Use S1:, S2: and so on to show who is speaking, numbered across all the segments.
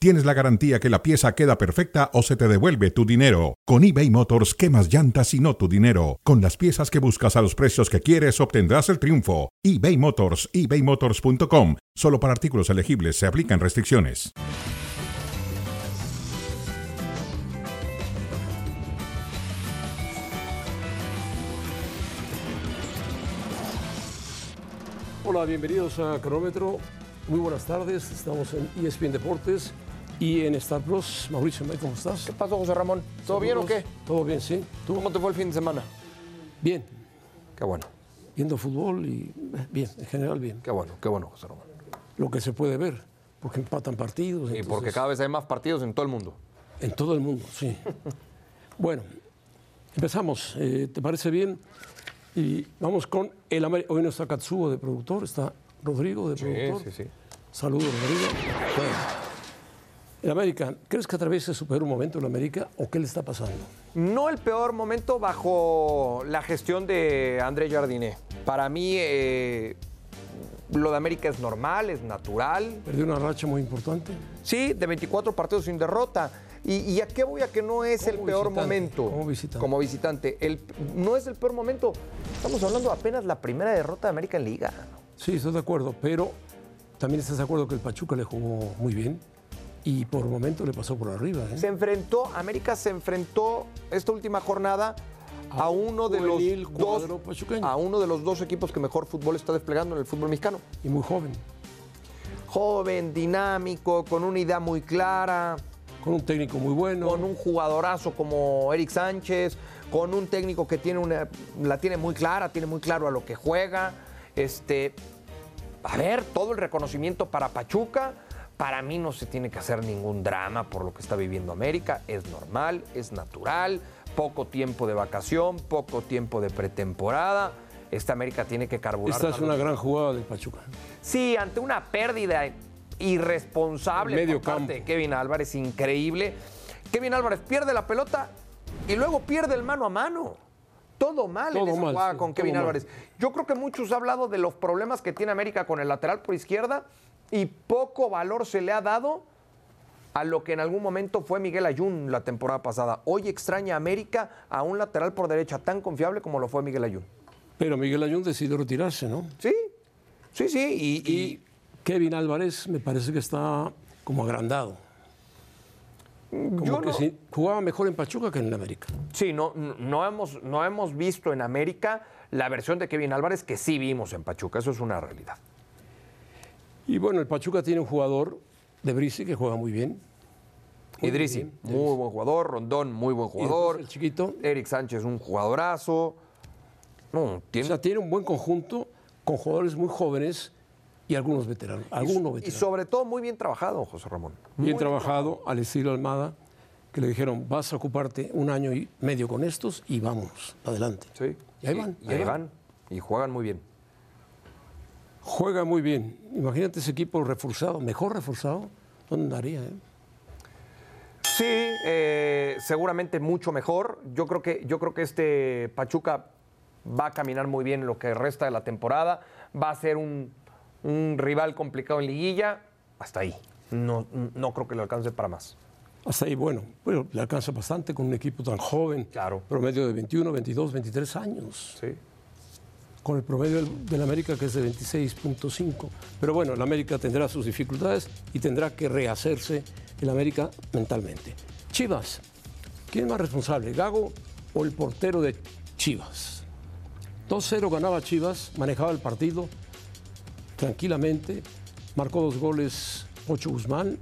S1: tienes la garantía que la pieza queda perfecta o se te devuelve tu dinero. Con eBay Motors, quemas llantas y no tu dinero. Con las piezas que buscas a los precios que quieres, obtendrás el triunfo. eBay Motors, ebaymotors.com. Solo para artículos elegibles se aplican restricciones.
S2: Hola, bienvenidos a Cronómetro. Muy buenas tardes, estamos en E ESPN Deportes y en Star Plus. Mauricio, ¿cómo estás?
S3: ¿Qué pasó, José Ramón? ¿Todo bien o qué?
S2: Todo bien, sí. ¿Tú?
S3: ¿Cómo te fue el fin de semana?
S2: Bien,
S3: Qué bueno,
S2: viendo fútbol y eh, bien, en general bien.
S3: qué bueno, qué bueno, José Ramón.
S2: Lo que se puede ver, porque empatan partidos.
S3: Y porque
S2: entonces,
S3: cada vez hay más partidos en todo el mundo.
S2: En todo el mundo, sí. bueno, empezamos, eh, ¿te parece bien? Y vamos con el América. Hoy no está Katsuo de productor, está Rodrigo de productor.
S3: sí.
S2: Saludos, Rodrigo. El América, ¿crees que atraviesa su peor momento el América o qué le está pasando?
S3: No el peor momento bajo la gestión de André Jardiné. Para mí, eh, lo de América es normal, es natural.
S2: Perdió una racha muy importante.
S3: Sí, de 24 partidos sin derrota. ¿Y, y a qué voy a que no es el
S2: Como
S3: peor
S2: visitante,
S3: momento?
S2: como visitante.
S3: Como visitante. El, no es el peor momento. Estamos hablando apenas la primera derrota de América en Liga.
S2: Sí, estoy de acuerdo, pero también estás de acuerdo que el Pachuca le jugó muy bien y por momento le pasó por arriba. ¿eh?
S3: Se enfrentó, América se enfrentó esta última jornada a uno de los
S2: Juvenil
S3: dos
S2: Ah, cuadro pachuqueño.
S3: a uno de los dos equipos que mejor fútbol está desplegando en el fútbol mexicano.
S2: Y muy joven,
S3: Joven, dinámico, con una idea muy clara,
S2: con un técnico muy bueno.
S3: con un jugadorazo como Eric Sánchez, con un técnico que tiene una la tiene muy clara, tiene muy claro a lo que juega. Este, a ver, todo el reconocimiento para Pachuca. Para mí no se tiene que hacer ningún drama por lo que está viviendo América. Es normal, es natural. Poco tiempo de vacación, poco tiempo de pretemporada. Esta América tiene que carburar.
S2: Esta es
S3: tarde o
S2: una gran jugada del Pachuca.
S3: Sí, ante una pérdida irresponsable
S2: Medio
S3: por parte
S2: campo.
S3: de Kevin Álvarez, increíble. Kevin Álvarez pierde la pelota y luego pierde el mano a mano. Todo mal en
S2: Todo
S3: esa
S2: mal,
S3: jugada
S2: sí,
S3: con
S2: todo
S3: Kevin
S2: mal.
S3: Álvarez. Yo creo que muchos han hablado de los problemas que tiene América con el lateral por izquierda y poco valor se le ha dado a lo que en algún momento fue Miguel Ayun la temporada pasada. Hoy extraña a América a un lateral por derecha tan confiable como lo fue Miguel Ayun.
S2: Pero Miguel Ayun decidió retirarse, ¿no?
S3: Sí, sí, sí. y- y
S2: Kevin Álvarez me parece que está como agrandado. Como
S3: yo
S2: que
S3: no-
S2: sí, jugaba mejor en Pachuca que en el América.
S3: Sí, no, no, hemos, no hemos visto en América la versión de Kevin Álvarez que sí vimos en Pachuca. Eso es una realidad.
S2: Y bueno, el Pachuca tiene un jugador de Brisi que juega muy bien.
S3: Idrisi, muy buen jugador. Rondón, muy buen jugador.
S2: el chiquito.
S3: Eric Sánchez, un jugadorazo. No,
S2: O
S3: tiene.
S2: sea, tiene un buen conjunto con jugadores muy jóvenes y algunos veteranos. Algunos
S3: y
S2: veteranos.
S3: sobre todo muy bien trabajado, José Ramón.
S2: bien trabajado al estilo Almada, que le dijeron, vas a ocuparte un año y medio con estos y vámonos, adelante.
S3: Sí.
S2: Y ahí van,
S3: Y,
S2: y ahí
S3: ahí
S2: van.
S3: van. Y juegan muy bien.
S2: Juega muy bien. Imagínate ese equipo reforzado, mejor reforzado, ¿dónde andaría? eh?
S3: Sí, eh, seguramente mucho mejor. Yo creo que, yo creo que este Pachuca va a caminar muy bien lo que resta de la temporada. Va a ser un, un rival complicado en liguilla. Hasta ahí. No, no creo que le alcance para más.
S2: Hasta ahí, bueno, bueno, le alcanza bastante con un equipo tan joven,
S3: Claro.
S2: promedio de 21, 22, 23 años,
S3: Sí.
S2: con el promedio del, del América que es de 26.5. Pero bueno, el América tendrá sus dificultades y tendrá que rehacerse el América mentalmente. Chivas, ¿quién es más responsable, Gago o el portero de Chivas? 2-0 ganaba Chivas, manejaba el partido tranquilamente, marcó dos goles Pocho Guzmán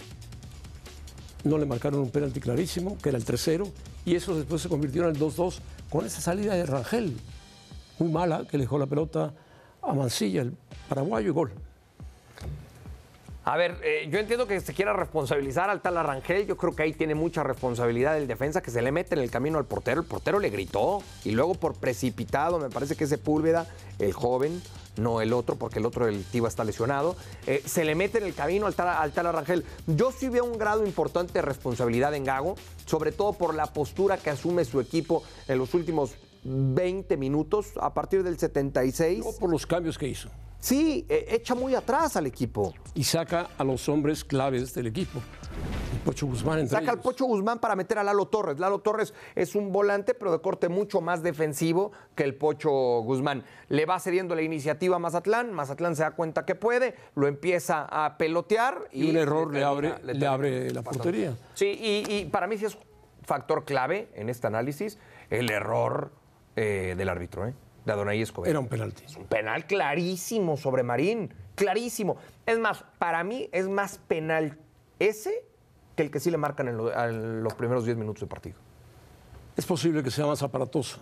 S2: no le marcaron un penalti clarísimo, que era el 3-0, y eso después se convirtió en el 2-2 con esa salida de Rangel, muy mala, que le dejó la pelota a Mancilla, el paraguayo, y gol.
S3: A ver, eh, yo entiendo que se quiera responsabilizar al tal Arrangel. Yo creo que ahí tiene mucha responsabilidad el defensa que se le mete en el camino al portero. El portero le gritó y luego por precipitado, me parece que Sepúlveda, el joven, no el otro, porque el otro, el Tiva, está lesionado. Eh, se le mete en el camino al tal, al tal Arrangel. Yo sí veo un grado importante de responsabilidad en Gago, sobre todo por la postura que asume su equipo en los últimos 20 minutos, a partir del 76.
S2: No por los cambios que hizo.
S3: Sí, eh, echa muy atrás al equipo.
S2: Y saca a los hombres claves del equipo. El Pocho Guzmán entre
S3: Saca al
S2: ellos.
S3: Pocho Guzmán para meter a Lalo Torres. Lalo Torres es un volante, pero de corte mucho más defensivo que el Pocho Guzmán. Le va cediendo la iniciativa a Mazatlán. Mazatlán se da cuenta que puede, lo empieza a pelotear.
S2: Y un error le abre,
S3: termina-
S2: le
S3: termina
S2: abre la
S3: pasando.
S2: portería.
S3: Sí, y, y para mí sí es factor clave en este análisis el error eh, del árbitro, ¿eh? de Adonai Escobar.
S2: Era un penalti.
S3: Es un penal clarísimo sobre Marín, clarísimo. Es más, para mí es más penal ese que el que sí le marcan en lo- a los primeros 10 minutos de partido.
S2: Es posible que sea más aparatoso.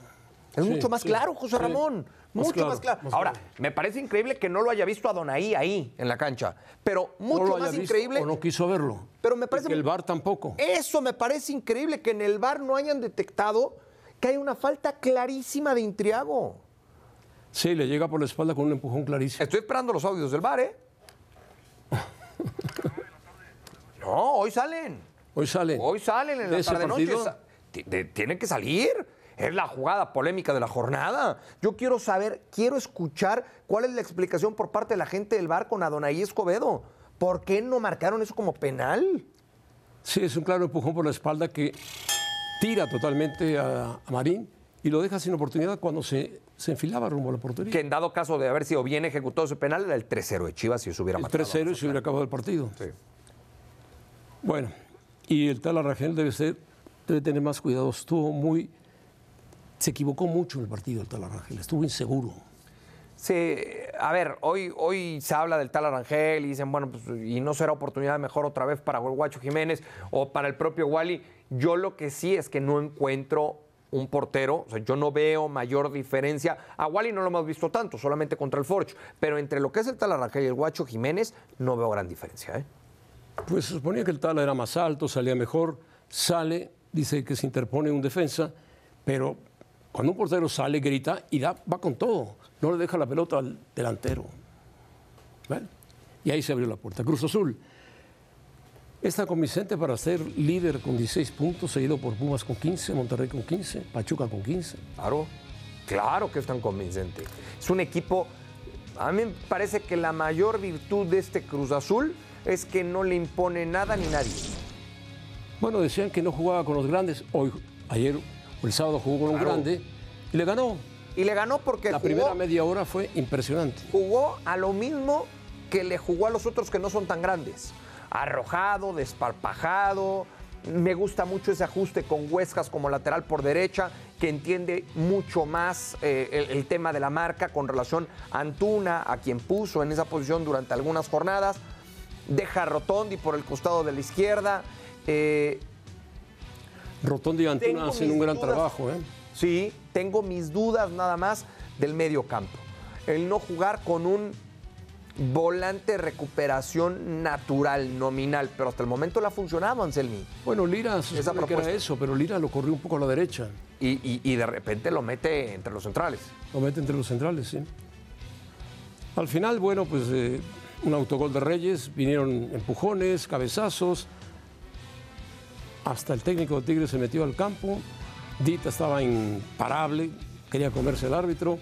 S3: Es
S2: Sí,
S3: mucho más
S2: sí.
S3: claro, José
S2: Sí.
S3: Ramón.
S2: Más
S3: mucho
S2: claro,
S3: más claro.
S2: más
S3: Ahora,
S2: claro.
S3: me parece increíble que no lo haya visto a Donaí ahí en la cancha, pero
S2: No
S3: mucho
S2: lo haya
S3: más
S2: visto
S3: increíble.
S2: O no quiso verlo.
S3: Pero me
S2: Y
S3: parece
S2: que el
S3: muy- Eh.
S2: bar tampoco.
S3: Eso me parece increíble que en el VAR no hayan detectado que hay una falta clarísima de Intriago.
S2: Sí, le llega por la espalda con un empujón clarísimo.
S3: Estoy esperando los audios del VAR, ¿eh? No, hoy salen.
S2: Hoy sale.
S3: Hoy salen en
S2: ¿De
S3: la
S2: ese
S3: tarde noche.
S2: partido?
S3: Tienen que salir. Es la jugada polémica de la jornada. Yo quiero saber, quiero escuchar cuál es la explicación por parte de la gente del bar con Adonai Escobedo. ¿Por qué no marcaron eso como penal?
S2: Sí, es un claro empujón por la espalda que tira totalmente a, a Marín y lo deja sin oportunidad cuando se, se enfilaba rumbo a la portería.
S3: Que en dado caso de haber sido bien ejecutado ese penal, era el 3-0 de Chivas si se hubiera
S2: El
S3: marcado.
S2: 3-0 y se hubiera acabado el partido.
S3: Sí.
S2: Bueno, y el tal Arrangel debe ser, debe tener más cuidado. Estuvo muy. Se equivocó mucho en el partido el tal Arrangel, estuvo inseguro.
S3: Sí, a ver, hoy, hoy se habla del tal Arangel y dicen, bueno, pues, y no será oportunidad mejor otra vez para el Guacho Jiménez o para el propio Wally. Yo lo que sí es que no encuentro un portero, o sea, yo no veo mayor diferencia. A Wally no lo hemos visto tanto, solamente contra el Forge, pero entre lo que es el tal Arangel y el Guacho Jiménez no veo gran diferencia. ¿eh?
S2: Pues se suponía que el tal era más alto, salía mejor, sale, dice que se interpone un defensa, pero cuando un portero sale, grita y da- va con todo, no le deja la pelota al delantero. ¿Vale? Y ahí se abrió la puerta. Cruz Azul. Está convincente para ser líder con 16 puntos, seguido por Pumas con 15, Monterrey con 15, Pachuca con 15.
S3: Claro, claro que es tan convincente. Es un equipo, a mí me parece que la mayor virtud de este Cruz Azul es que no le impone nada ni nadie.
S2: Bueno, decían que no jugaba con los grandes. Hoy, ayer o el sábado jugó con
S3: Claro.
S2: un grande y le ganó.
S3: Y le ganó porque
S2: La
S3: jugó,
S2: primera media hora fue impresionante.
S3: jugó a lo mismo que le jugó a los otros que no son tan grandes. Arrojado, desparpajado. Me gusta mucho ese ajuste con Huescas como lateral por derecha, que entiende mucho más eh, el, el tema de la marca con relación a Antuna, a quien puso en esa posición durante algunas jornadas. Deja a Rotondi por el costado de la izquierda. Eh,
S2: Rotondi y Antuna
S3: Tengo
S2: hacen
S3: mis
S2: un gran
S3: dudas.
S2: trabajo. ¿eh?
S3: Sí, tengo mis dudas nada más del medio campo. El no jugar con un volante de recuperación natural, nominal, pero hasta el momento le ha funcionado, Anselmi.
S2: Bueno, Lira se
S3: Esa
S2: supone que era
S3: propuesta.
S2: eso, pero Lira lo corrió un poco a la derecha.
S3: Y, y- y de repente lo mete entre los centrales.
S2: Lo mete entre los centrales, sí. Al final, bueno, pues eh, un autogol de Reyes, vinieron empujones, cabezazos. Hasta el técnico de Tigre se metió al campo. Dita estaba imparable, quería comerse al árbitro.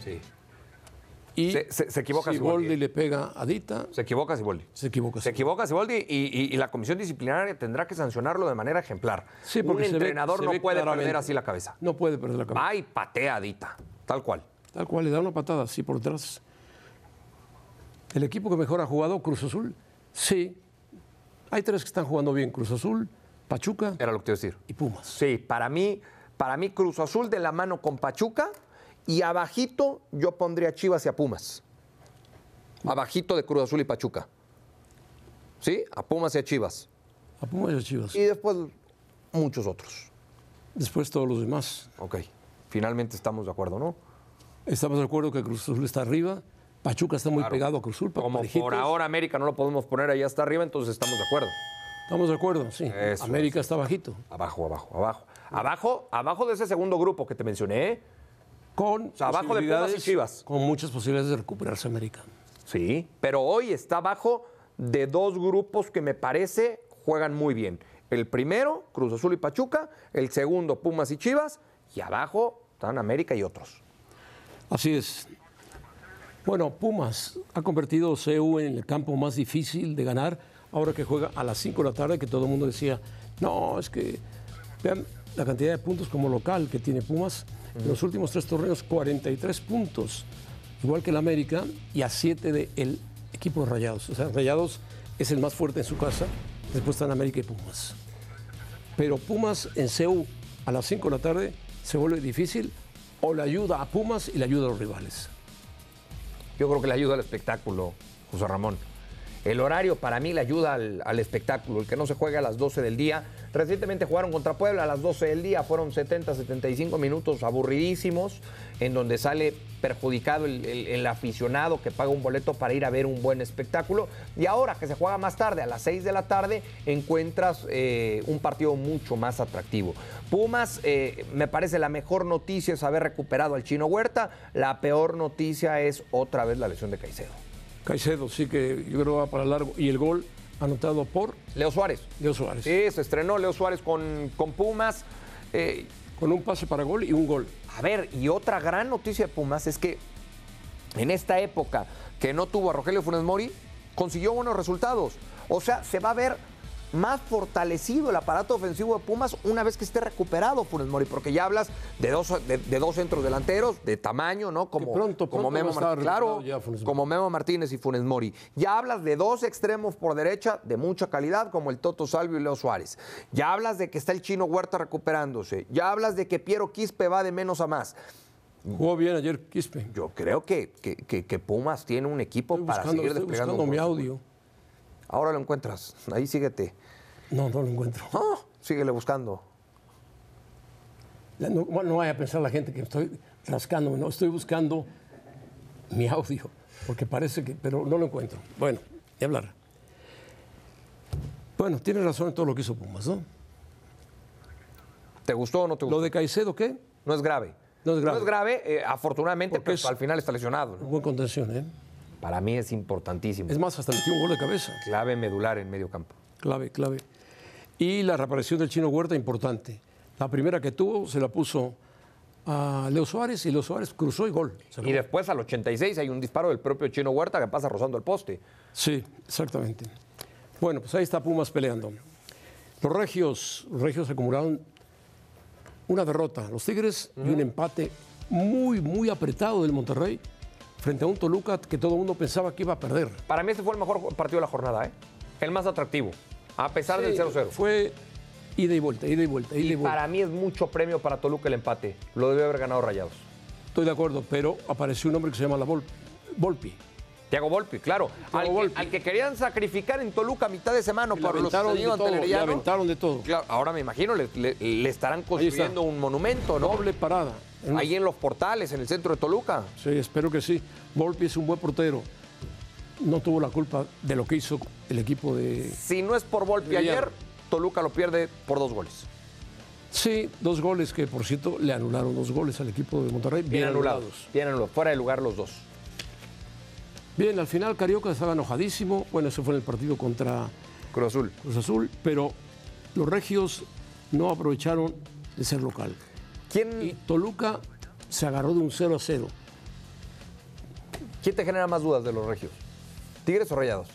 S2: Y
S3: Se- se- se equivoca
S2: Siboldi
S3: Siboldi. eh.
S2: le pega a Dita.
S3: Se equivoca Siboldi.
S2: Se equivoca.
S3: Se equivoca Siboldi y, y- y la comisión disciplinaria tendrá que sancionarlo de manera ejemplar.
S2: Sí, porque
S3: un
S2: se ve-
S3: entrenador
S2: se
S3: no
S2: ve
S3: puede perder
S2: claramente.
S3: así la cabeza.
S2: No puede perder la cabeza.
S3: Va y pateadita, tal cual.
S2: Tal cual, le da una patada así por detrás. El equipo que mejor ha jugado, Cruz Azul, sí. Hay tres que están jugando bien, Cruz Azul, Pachuca
S3: Era lo que te iba a decir.
S2: y Pumas.
S3: Sí, para mí, para mí Cruz Azul de la mano con Pachuca y abajito yo pondría Chivas y a Pumas. Abajito de Cruz Azul y Pachuca. ¿Sí? A Pumas y a Chivas.
S2: A Pumas y a Chivas.
S3: Y después muchos otros.
S2: Después todos los demás.
S3: Ok. Finalmente estamos de acuerdo, ¿no?
S2: Estamos de acuerdo que Cruz Azul está arriba, Pachuca está muy pegado a Cruz Azul. pa-
S3: Como
S2: parejitos.
S3: por ahora América no lo podemos poner ahí hasta arriba, entonces estamos de acuerdo.
S2: Estamos de acuerdo, sí.
S3: Eso
S2: América está bajito.
S3: Abajo, abajo, abajo. Abajo, abajo de ese segundo grupo que te mencioné. ¿eh?
S2: Con
S3: sea, abajo de Pumas y
S2: posibilidades-
S3: Chivas.
S2: Con muchas posibilidades de recuperarse América.
S3: Sí, pero hoy está abajo de dos grupos que me parece juegan muy bien. El primero, Cruz Azul y Pachuca, el segundo, Pumas y Chivas, y abajo están América y otros.
S2: Así es. Bueno, Pumas ha convertido a CU en el campo más difícil de ganar ahora que juega a las 5 de la tarde, que todo el mundo decía, no, es que vean la cantidad de puntos como local que tiene Pumas. En los últimos tres torneos, 43 puntos, igual que el América, y a 7 del equipo de Rayados. O sea, Rayados es el más fuerte en su casa, después están América y Pumas. Pero Pumas en CEU a las 5 de la tarde se vuelve difícil o le ayuda a Pumas y le ayuda a los rivales.
S3: Yo creo que le ayuda al espectáculo, José Ramón. El horario para mí le ayuda al, al espectáculo, el que no se juega a las 12 del día. Recientemente jugaron contra Puebla a las 12 del día, fueron 70, 75 minutos aburridísimos, en donde sale perjudicado el, el- el aficionado que paga un boleto para ir a ver un buen espectáculo. Y ahora que se juega más tarde, a las 6 de la tarde, encuentras eh, un partido mucho más atractivo. Pumas, eh, me parece la mejor noticia es haber recuperado al chino Huerta, la peor noticia es otra vez la lesión de Caicedo.
S2: Caicedo sí que yo creo va para largo. Y el gol anotado por
S3: Leo Suárez.
S2: Leo Suárez.
S3: Sí, se estrenó Leo Suárez con, con Pumas. Eh,
S2: Con un pase para gol y un gol.
S3: a ver, y otra gran noticia de Pumas es que en esta época que no tuvo a Rogelio Funes Mori, consiguió buenos resultados. O sea, se va a ver más fortalecido el aparato ofensivo de Pumas una vez que esté recuperado Funes Mori, porque ya hablas de dos, de, de dos centros delanteros, de tamaño, ¿no? Como,
S2: pronto,
S3: como
S2: pronto va a
S3: Memo
S2: estar
S3: Martínez, claro,
S2: recuperado ya Funes Mori.
S3: como Memo Martínez y Funes Mori. Ya hablas de dos extremos por derecha de mucha calidad, como el Toto Salvio y Leo Suárez. Ya hablas de que está el chino Huerta recuperándose. Ya hablas de que Piero Quispe va de menos a más.
S2: Jugó bien ayer Quispe.
S3: Yo creo que, que- que- que Pumas tiene un equipo
S2: Estoy
S3: para
S2: buscando,
S3: seguir
S2: estoy
S3: desplegando.
S2: buscando mi
S3: cosas.
S2: audio.
S3: Ahora lo encuentras. Ahí síguete.
S2: No, no lo encuentro.
S3: No, síguele buscando.
S2: No, bueno, no vaya a pensar la gente que estoy rascándome, no, estoy buscando mi audio, porque parece que, pero no lo encuentro. Bueno, y hablar. Bueno, tiene razón en todo lo que hizo Pumas, ¿no?
S3: ¿Te gustó o no te gustó?
S2: Lo de Caicedo, ¿qué?
S3: No es grave.
S2: No es grave.
S3: eh, afortunadamente,
S2: Porque
S3: pero
S2: es-
S3: al final está lesionado. ¿no?
S2: Buen contención, ¿eh?
S3: Para mí es importantísimo.
S2: Es más, hasta metió un gol de cabeza.
S3: clave medular en medio campo.
S2: Clave, clave. Y la reaparición del chino Huerta, importante. La primera que tuvo se la puso a Leo Suárez y Leo Suárez cruzó y gol. Se
S3: Y después al 86 hay un disparo del propio Chino Huerta que pasa rozando el poste.
S2: Sí, exactamente. Bueno, pues ahí está Pumas peleando. Los regios, los regios acumularon una derrota, los Tigres y un empate muy, muy apretado del Monterrey frente a un Toluca que todo el mundo pensaba que iba a perder.
S3: Para mí este fue el mejor ju- partido de la jornada, ¿eh? El más atractivo, a pesar del 0-0.
S2: Fue ida y vuelta, ida y vuelta, ida y,
S3: Y
S2: vuelta.
S3: para mí es mucho premio para Toluca el empate. Lo debe haber ganado Rayados.
S2: Estoy de acuerdo, pero apareció un hombre que se llama la Vol- Volpi.
S3: Tiago Volpi, claro.
S2: Thiago
S3: al, que,
S2: Volpi.
S3: al que querían sacrificar en Toluca a mitad de semana
S2: Le
S3: por lo
S2: aventaron de
S3: sucedido ante
S2: todo, le
S3: Herediano.
S2: aventaron de todo.
S3: Claro, ahora me imagino le, le- le estarán
S2: Ahí está.
S3: construyendo un monumento, ¿no?
S2: Doble parada. En un-
S3: Ahí en los portales, en el centro de Toluca.
S2: Sí, espero que sí. Volpi es un buen portero. No tuvo la culpa de lo que hizo el equipo de...
S3: Si no es por Volpi
S2: Herediano.
S3: ayer, Toluca lo pierde por dos goles.
S2: Sí, dos goles que, por cierto, le anularon dos goles al equipo de Monterrey. Bien, anulados.
S3: Bien anulados. Fuera de lugar los dos.
S2: Bien, al final Carioca estaba enojadísimo. Bueno, eso fue en el partido contra
S3: Cruz Azul.
S2: Cruz Azul, pero los regios no aprovecharon de ser local.
S3: ¿Quién,
S2: Y Toluca se agarró de un 0 a 0.
S3: ¿Quién te genera más dudas de los regios? ¿Tigres o Rayados?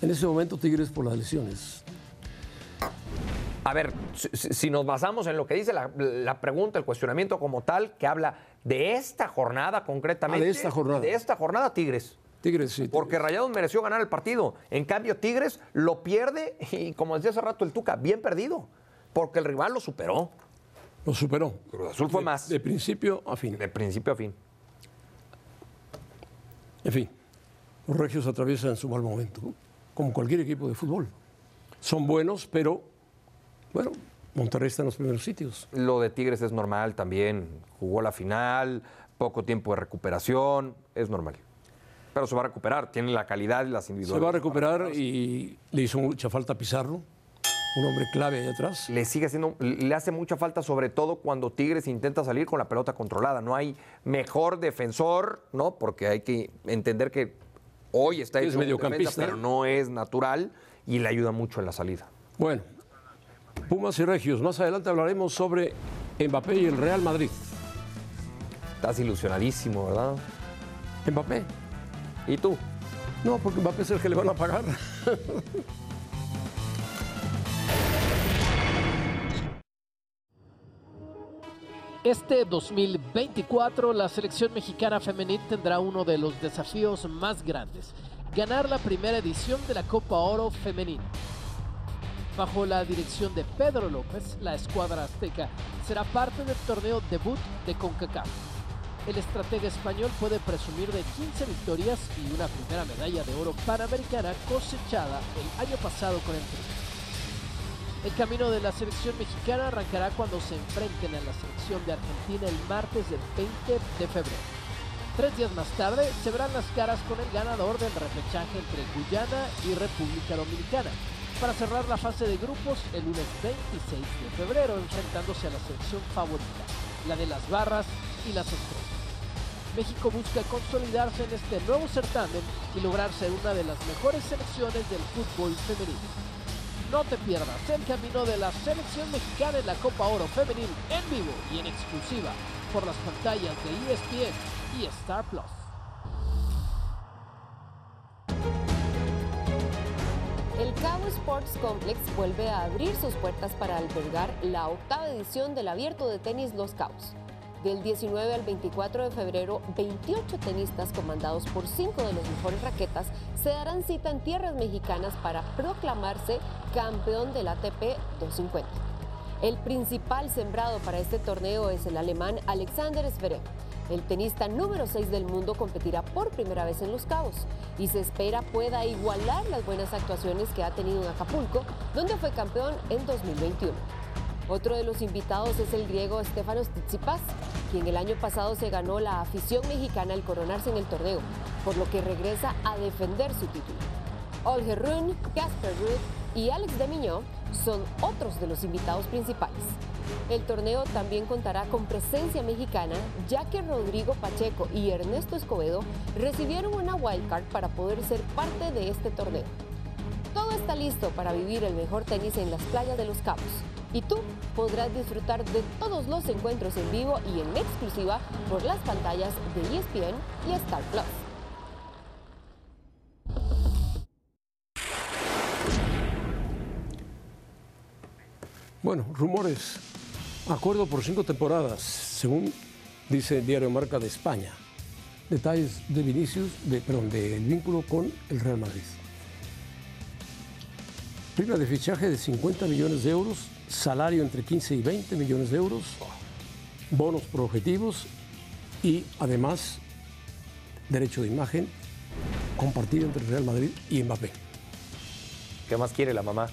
S2: En ese momento Tigres por las lesiones.
S3: A ver, si, si- si nos basamos en lo que dice la, la pregunta, el cuestionamiento como tal, que habla de esta jornada concretamente.
S2: Ah, de esta jornada.
S3: De esta jornada, Tigres.
S2: Tigres sí.
S3: Porque Rayados mereció ganar el partido. En cambio, Tigres lo pierde y, como decía hace rato el Tuca, bien perdido. Porque el rival lo superó.
S2: lo superó.
S3: Cruz Azul fue
S2: De-
S3: más.
S2: De principio a fin.
S3: De principio a fin.
S2: En fin, los regios atraviesan su mal momento, ¿no? como cualquier equipo de fútbol. Son buenos, pero, bueno, Monterrey está en los primeros sitios.
S3: Lo de Tigres es normal también. Jugó la final, poco tiempo de recuperación, es normal. Pero se va a recuperar, tiene la calidad y las
S2: Se va a
S3: individualidades.
S2: recuperar y le hizo mucha falta Pizarro. un hombre clave ahí atrás.
S3: Le sigue haciendo, le hace mucha falta, sobre todo cuando Tigres intenta salir con la pelota controlada. No hay mejor defensor, ¿no? Porque hay que entender que hoy está
S2: Es
S3: hecho un
S2: mediocampista.
S3: defensa, pero no es natural y le ayuda mucho en la salida.
S2: Bueno, Pumas y Regios. Más adelante hablaremos sobre Mbappé y el Real Madrid.
S3: Estás ilusionadísimo, ¿verdad?
S2: ¿Mbappé?
S3: ¿Y tú?
S2: No, porque Mbappé es el que le van a pagar.
S4: Este 2024 la selección mexicana femenil tendrá uno de los desafíos más grandes, ganar la primera edición de la Copa Oro femenina. Bajo la dirección de Pedro López, la escuadra azteca será parte del torneo debut de CONCACAF. El estratega español puede presumir de 15 victorias y una primera medalla de oro panamericana cosechada el año pasado con el Tri. El camino de la selección mexicana arrancará cuando se enfrenten a la selección de Argentina el martes del 20 de febrero. Tres días más tarde se verán las caras con el ganador del repechaje entre Guyana y República Dominicana para cerrar la fase de grupos el lunes 26 de febrero enfrentándose a la selección favorita, la de las barras y las estrellas. México busca consolidarse en este nuevo certamen y lograr ser una de las mejores selecciones del fútbol femenino. No te pierdas el camino de la selección mexicana en la Copa Oro Femenil en vivo y en exclusiva por las pantallas de E ESPN y Star Plus.
S5: El Cabo Sports Complex vuelve a abrir sus puertas para albergar la octava edición del abierto de tenis Los Cabos. Del 19 al 24 de febrero, 28 tenistas comandados por cinco de los mejores raquetas se darán cita en tierras mexicanas para proclamarse campeón del ATP 250. El principal sembrado para este torneo es el alemán Alexander Zverev. El tenista número 6 del mundo competirá por primera vez en Los Cabos y se espera pueda igualar las buenas actuaciones que ha tenido en Acapulco, donde fue campeón en 2021. Otro de los invitados es el griego Stefanos Tsitsipas, quien el año pasado se ganó la afición mexicana al coronarse en el torneo, por lo que regresa a defender su título. Olger Rune, Casper Ruud y Alex Demiño son otros de los invitados principales. El torneo también contará con presencia mexicana, ya que Rodrigo Pacheco y Ernesto Escobedo recibieron una wildcard para poder ser parte de este torneo. Todo está listo para vivir el mejor tenis en las playas de Los Cabos. Y tú podrás disfrutar de todos los encuentros en vivo y en exclusiva por las pantallas de E ESPN y Star Plus.
S2: Bueno, rumores. Acuerdo por cinco temporadas, según dice el diario Marca de España. Detalles de Vinicius, de, perdón, del vínculo con el Real Madrid. Prima de fichaje de 50 millones de euros, salario entre 15 y 20 millones de euros, bonos por objetivos y además derecho de imagen compartido entre el Real Madrid y Mbappé.
S3: ¿Qué más quiere la mamá?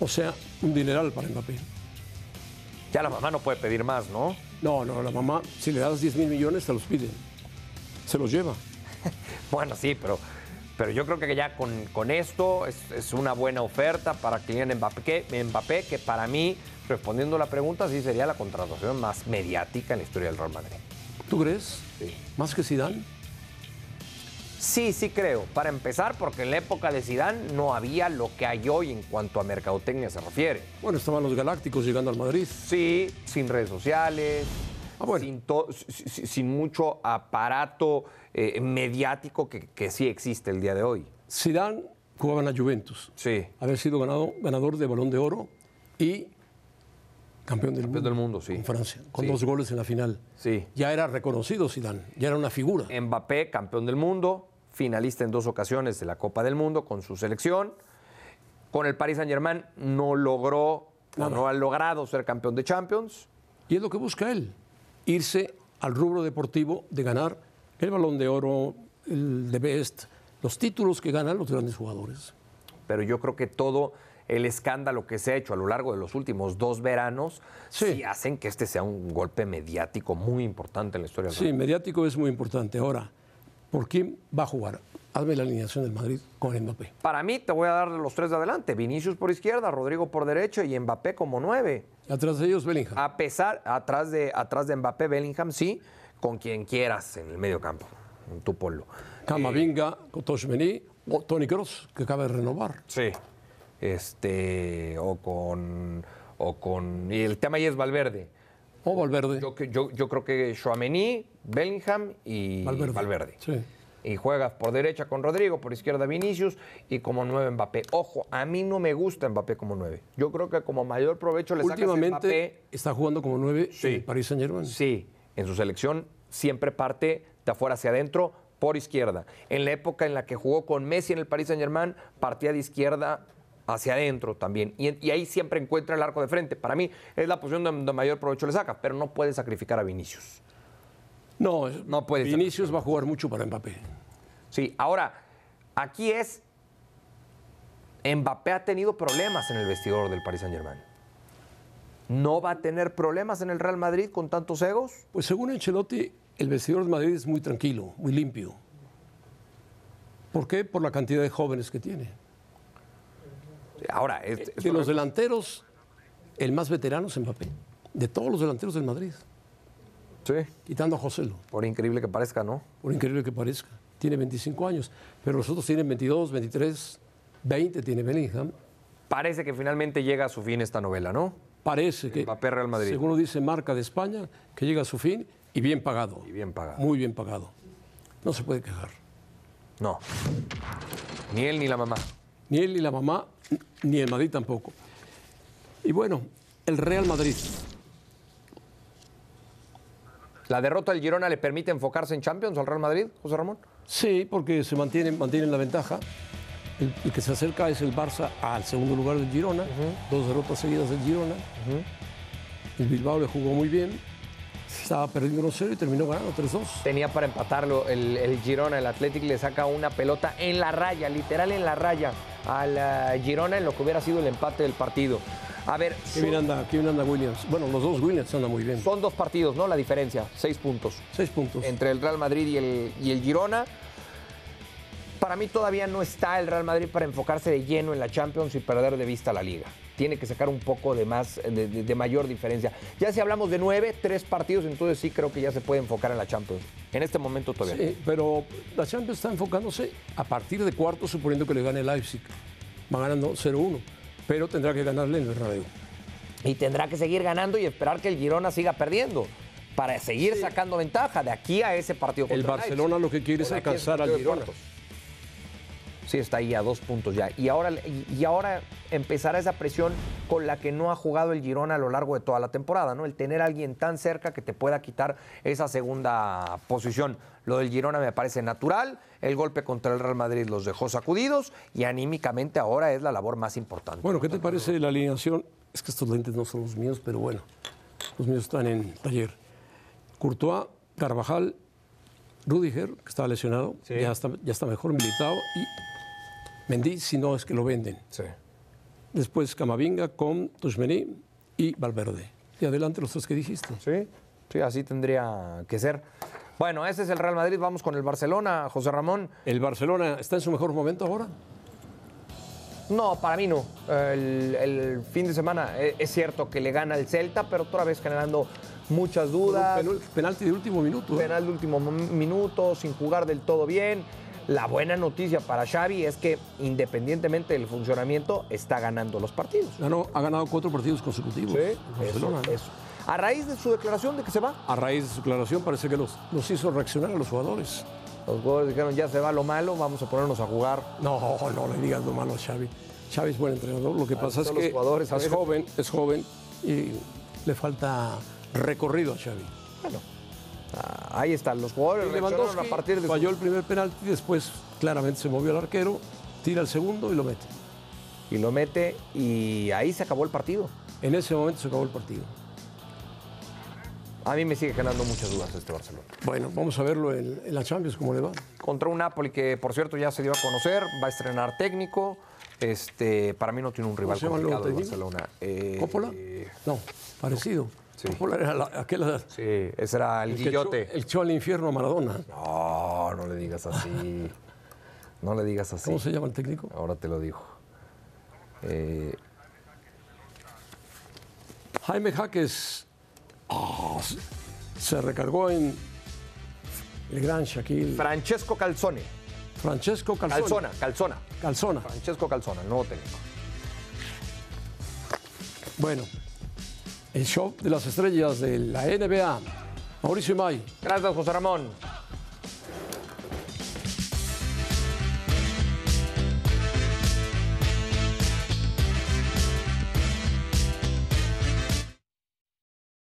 S2: O sea, un dineral para Mbappé.
S3: Ya la mamá no puede pedir más, ¿no?
S2: No, no, la mamá, si le das 10 mil millones, te los pide. Se los lleva.
S3: Bueno, sí, pero, pero yo creo que ya con, con esto es, es una buena oferta para Kylian Mbappé, que- Mbappé, que para mí, respondiendo a la pregunta, sí sería la contratación más mediática en la historia del Real Madrid.
S2: ¿Tú crees?
S3: Sí.
S2: Más que Zidane.
S3: Sí, sí creo. Para empezar, porque en la época de Zidane no había lo que hay hoy en cuanto a mercadotecnia se refiere.
S2: Bueno, estaban los Galácticos llegando al Madrid.
S3: Sí, sin redes sociales,
S2: Ah, bueno.
S3: sin, to- si- si- sin mucho aparato eh, mediático que, que sí existe el día de hoy.
S2: Zidane jugaba en la Juventus.
S3: Sí.
S2: Haber sido ganado, ganador de Balón de Oro y campeón del
S3: Campeón
S2: mundo.
S3: del mundo, sí.
S2: Con Francia, con
S3: Sí.
S2: dos goles en la final.
S3: Sí. Eh.
S2: Ya era reconocido Zidane, ya era una figura.
S3: Mbappé, campeón del mundo, finalista en dos ocasiones de la Copa del Mundo con su selección. Con el Paris Saint-Germain no logró, o no ha logrado ser campeón de Champions.
S2: Y es lo que busca él, irse al rubro deportivo de ganar el Balón de Oro, el de Best, los títulos que ganan los grandes jugadores.
S3: pero yo creo que todo el escándalo que se ha hecho a lo largo de los últimos dos veranos
S2: Sí.
S3: sí, hacen que este sea un golpe mediático muy importante en la historia del
S2: Sí, mediático es muy importante. Ahora, ¿Por quién va a jugar? Hazme la alineación del Madrid con Mbappé.
S3: Para mí, te voy a dar los tres de adelante. Vinicius por izquierda, Rodrigo por derecha y Mbappé como nueve.
S2: Atrás de ellos, Bellingham.
S3: A pesar, atrás de, atrás de Mbappé, Bellingham, sí, con quien quieras en el medio campo, en tu polo.
S2: Camavinga, Kotoshmeni, o Tony Cross, que acaba de renovar.
S3: Sí. Este, o con, o con, y el tema ahí es Valverde.
S2: O Valverde.
S3: Yo, que- yo, yo creo que Chouameni, Bellingham y Valverde.
S2: Sí.
S3: Y juegas por derecha con Rodrigo, por izquierda Vinicius y como nueve Mbappé. Ojo, a mí no me gusta Mbappé como nueve. Yo creo que como mayor provecho le sacas a Mbappé.
S2: Últimamente está jugando como nueve
S3: Sí.
S2: en el Paris Saint Germain.
S3: Sí, en su selección siempre parte de afuera hacia adentro por izquierda. En la época en la que jugó con Messi en el Paris Saint Germain, partía de izquierda hacia adentro también. Y, y ahí siempre encuentra el arco de frente. Para mí es la posición donde mayor provecho le saca, pero no puede sacrificar a Vinicius.
S2: No,
S3: No puede ser.
S2: Vinicius va a jugar mucho para Mbappé.
S3: Sí, ahora, aquí es. Mbappé ha tenido problemas en el vestidor del Paris Saint Germain. ¿No va a tener problemas en el Real Madrid con tantos egos?
S2: Pues según Ancelotti, el vestidor de Madrid es muy tranquilo, muy limpio. ¿Por qué? Por la cantidad de jóvenes que tiene.
S3: Ahora, es- es
S2: De los delanteros, el más veterano es Mbappé. De todos los delanteros del Madrid,
S3: Sí.
S2: quitando a Joselo,
S3: Por increíble que parezca, ¿no?
S2: por increíble que parezca. Tiene 25 años, pero los otros tienen 22, 23, 20 tiene Bellingham.
S3: Parece que finalmente llega a su fin esta novela, ¿no?
S2: Parece que,
S3: Mbappé, Real Madrid.
S2: según lo dice Marca de España, que llega a su fin y bien pagado.
S3: Y bien pagado.
S2: Muy bien pagado. No se puede quejar.
S3: No. Ni él ni la mamá.
S2: Ni él ni la mamá, ni el Madrid tampoco. Y bueno, el Real Madrid.
S3: ¿La derrota del Girona le permite enfocarse en Champions al Real Madrid, José Ramón?
S2: Sí, porque se mantienen, mantienen la ventaja. El, el que se acerca es el Barça al segundo lugar del Girona. Dos derrotas seguidas del Girona. El Bilbao le jugó muy bien. Estaba perdiendo 1-0 y terminó ganando 3-2.
S3: Tenía para empatarlo el, el Girona, el Athletic le saca una pelota en la raya, literal en la raya, al eh, Girona en lo que hubiera sido el empate del partido. A ver,
S2: Qué bien
S3: son-
S2: anda, qué bien anda Williams. Bueno, los dos Williams andan muy bien.
S3: son dos partidos, ¿no? La diferencia, seis puntos.
S2: Seis puntos.
S3: entre el Real Madrid y el, y el Girona. Para mí todavía no está el Real Madrid para enfocarse de lleno en la Champions y perder de vista la Liga. Tiene que sacar un poco de más, de, de- de mayor diferencia. Ya si hablamos de nueve, tres partidos, entonces sí creo que ya se puede enfocar en la Champions. En este momento todavía.
S2: Sí, pero la Champions está enfocándose a partir de cuarto, suponiendo que le gane el Leipzig. Va ganando 0-1, pero tendrá que ganarle en el Bernabéu.
S3: Y tendrá que seguir ganando y esperar que el Girona siga perdiendo para seguir sacando ventaja de aquí a ese partido.
S2: El
S3: contra Leipzig.
S2: Barcelona lo que quiere es
S3: Ahora aquí
S2: alcanzar al
S3: partido de
S2: Girona.
S3: cuartos. Sí, está ahí a dos puntos ya. Y ahora, y ahora empezará esa presión con la que no ha jugado el Girona a lo largo de toda la temporada, ¿no? El tener a alguien tan cerca que te pueda quitar esa segunda posición. Lo del Girona me parece natural. El golpe contra el Real Madrid los dejó sacudidos y anímicamente ahora es la labor más importante.
S2: Bueno, ¿qué te parece la alineación? Es que estos lentes no son los míos, pero bueno, los míos están en taller. Courtois, Carvajal, Rudiger, que estaba lesionado, ya, está, ya está mejor, militado, y Mendy, si no es que lo venden.
S3: Sí.
S2: Después Camavinga con Tushmení y Valverde. Y adelante los tres que dijiste.
S3: Sí, sí, así tendría que ser. Bueno, ese es el Real Madrid. Vamos con el Barcelona, José Ramón.
S2: ¿El Barcelona está en su mejor momento ahora?
S3: No, para mí no. El, el fin de semana eh, es cierto que le gana el Celta, pero otra vez generando muchas dudas.
S2: Penal- penalti de último minuto. ¿eh?
S3: Penal de último mom- minuto, sin jugar del todo bien. La buena noticia para Xavi es que independientemente del funcionamiento, está ganando los partidos.
S2: Ganó- ha ganado cuatro partidos consecutivos. el Barcelona,
S3: Eso,
S2: ¿eh?
S3: eso. A raíz de su declaración de que se va,
S2: A raíz de su declaración parece que los, los hizo reaccionar a los jugadores.
S3: los jugadores dijeron ya se va lo malo, vamos a ponernos a jugar.
S2: No, no le digas lo malo a Xavi. Xavi es buen entrenador. Lo que pasa es
S3: Ah, son los
S2: que
S3: jugadores, a
S2: es
S3: ver.
S2: joven, es joven y le falta recorrido a Xavi.
S3: Bueno, ah, ahí están los jugadores.
S2: Y
S3: reaccionaron a partir de su-
S2: falló el primer penalti, después claramente se movió el arquero, tira el segundo y lo mete.
S3: y lo mete y ahí se acabó el partido.
S2: En ese momento se acabó el partido.
S3: A mí me sigue generando muchas dudas este Barcelona.
S2: Bueno, vamos a verlo en, en la Champions cómo le va.
S3: Contra un Napoli que, por cierto, ya se dio a conocer, va a estrenar técnico. Este, para mí no tiene un rival
S2: se llama el
S3: complicado el
S2: nuevo técnico?
S3: Barcelona. Eh,
S2: ¿Coppola?
S3: eh,
S2: No, parecido.
S3: Sí.
S2: Coppola era la- aquel ah,
S3: Sí, ese era el,
S2: el que
S3: guillote.
S2: echó- el echó al infierno a Maradona.
S3: No, no le digas así. No le digas así.
S2: ¿Cómo se llama el técnico?
S3: Ahora te lo digo. Eh,
S2: Jaime Jaques ah, se- se recargó en el gran Shaquille.
S3: Francesco Calzone.
S2: Francesco Calzona.
S3: Calzona, Calzona.
S2: Calzona.
S3: Francesco Calzona, el nuevo técnico.
S2: Bueno, el show de las estrellas de la NBA. Mauricio Imay.
S3: Gracias, José Ramón.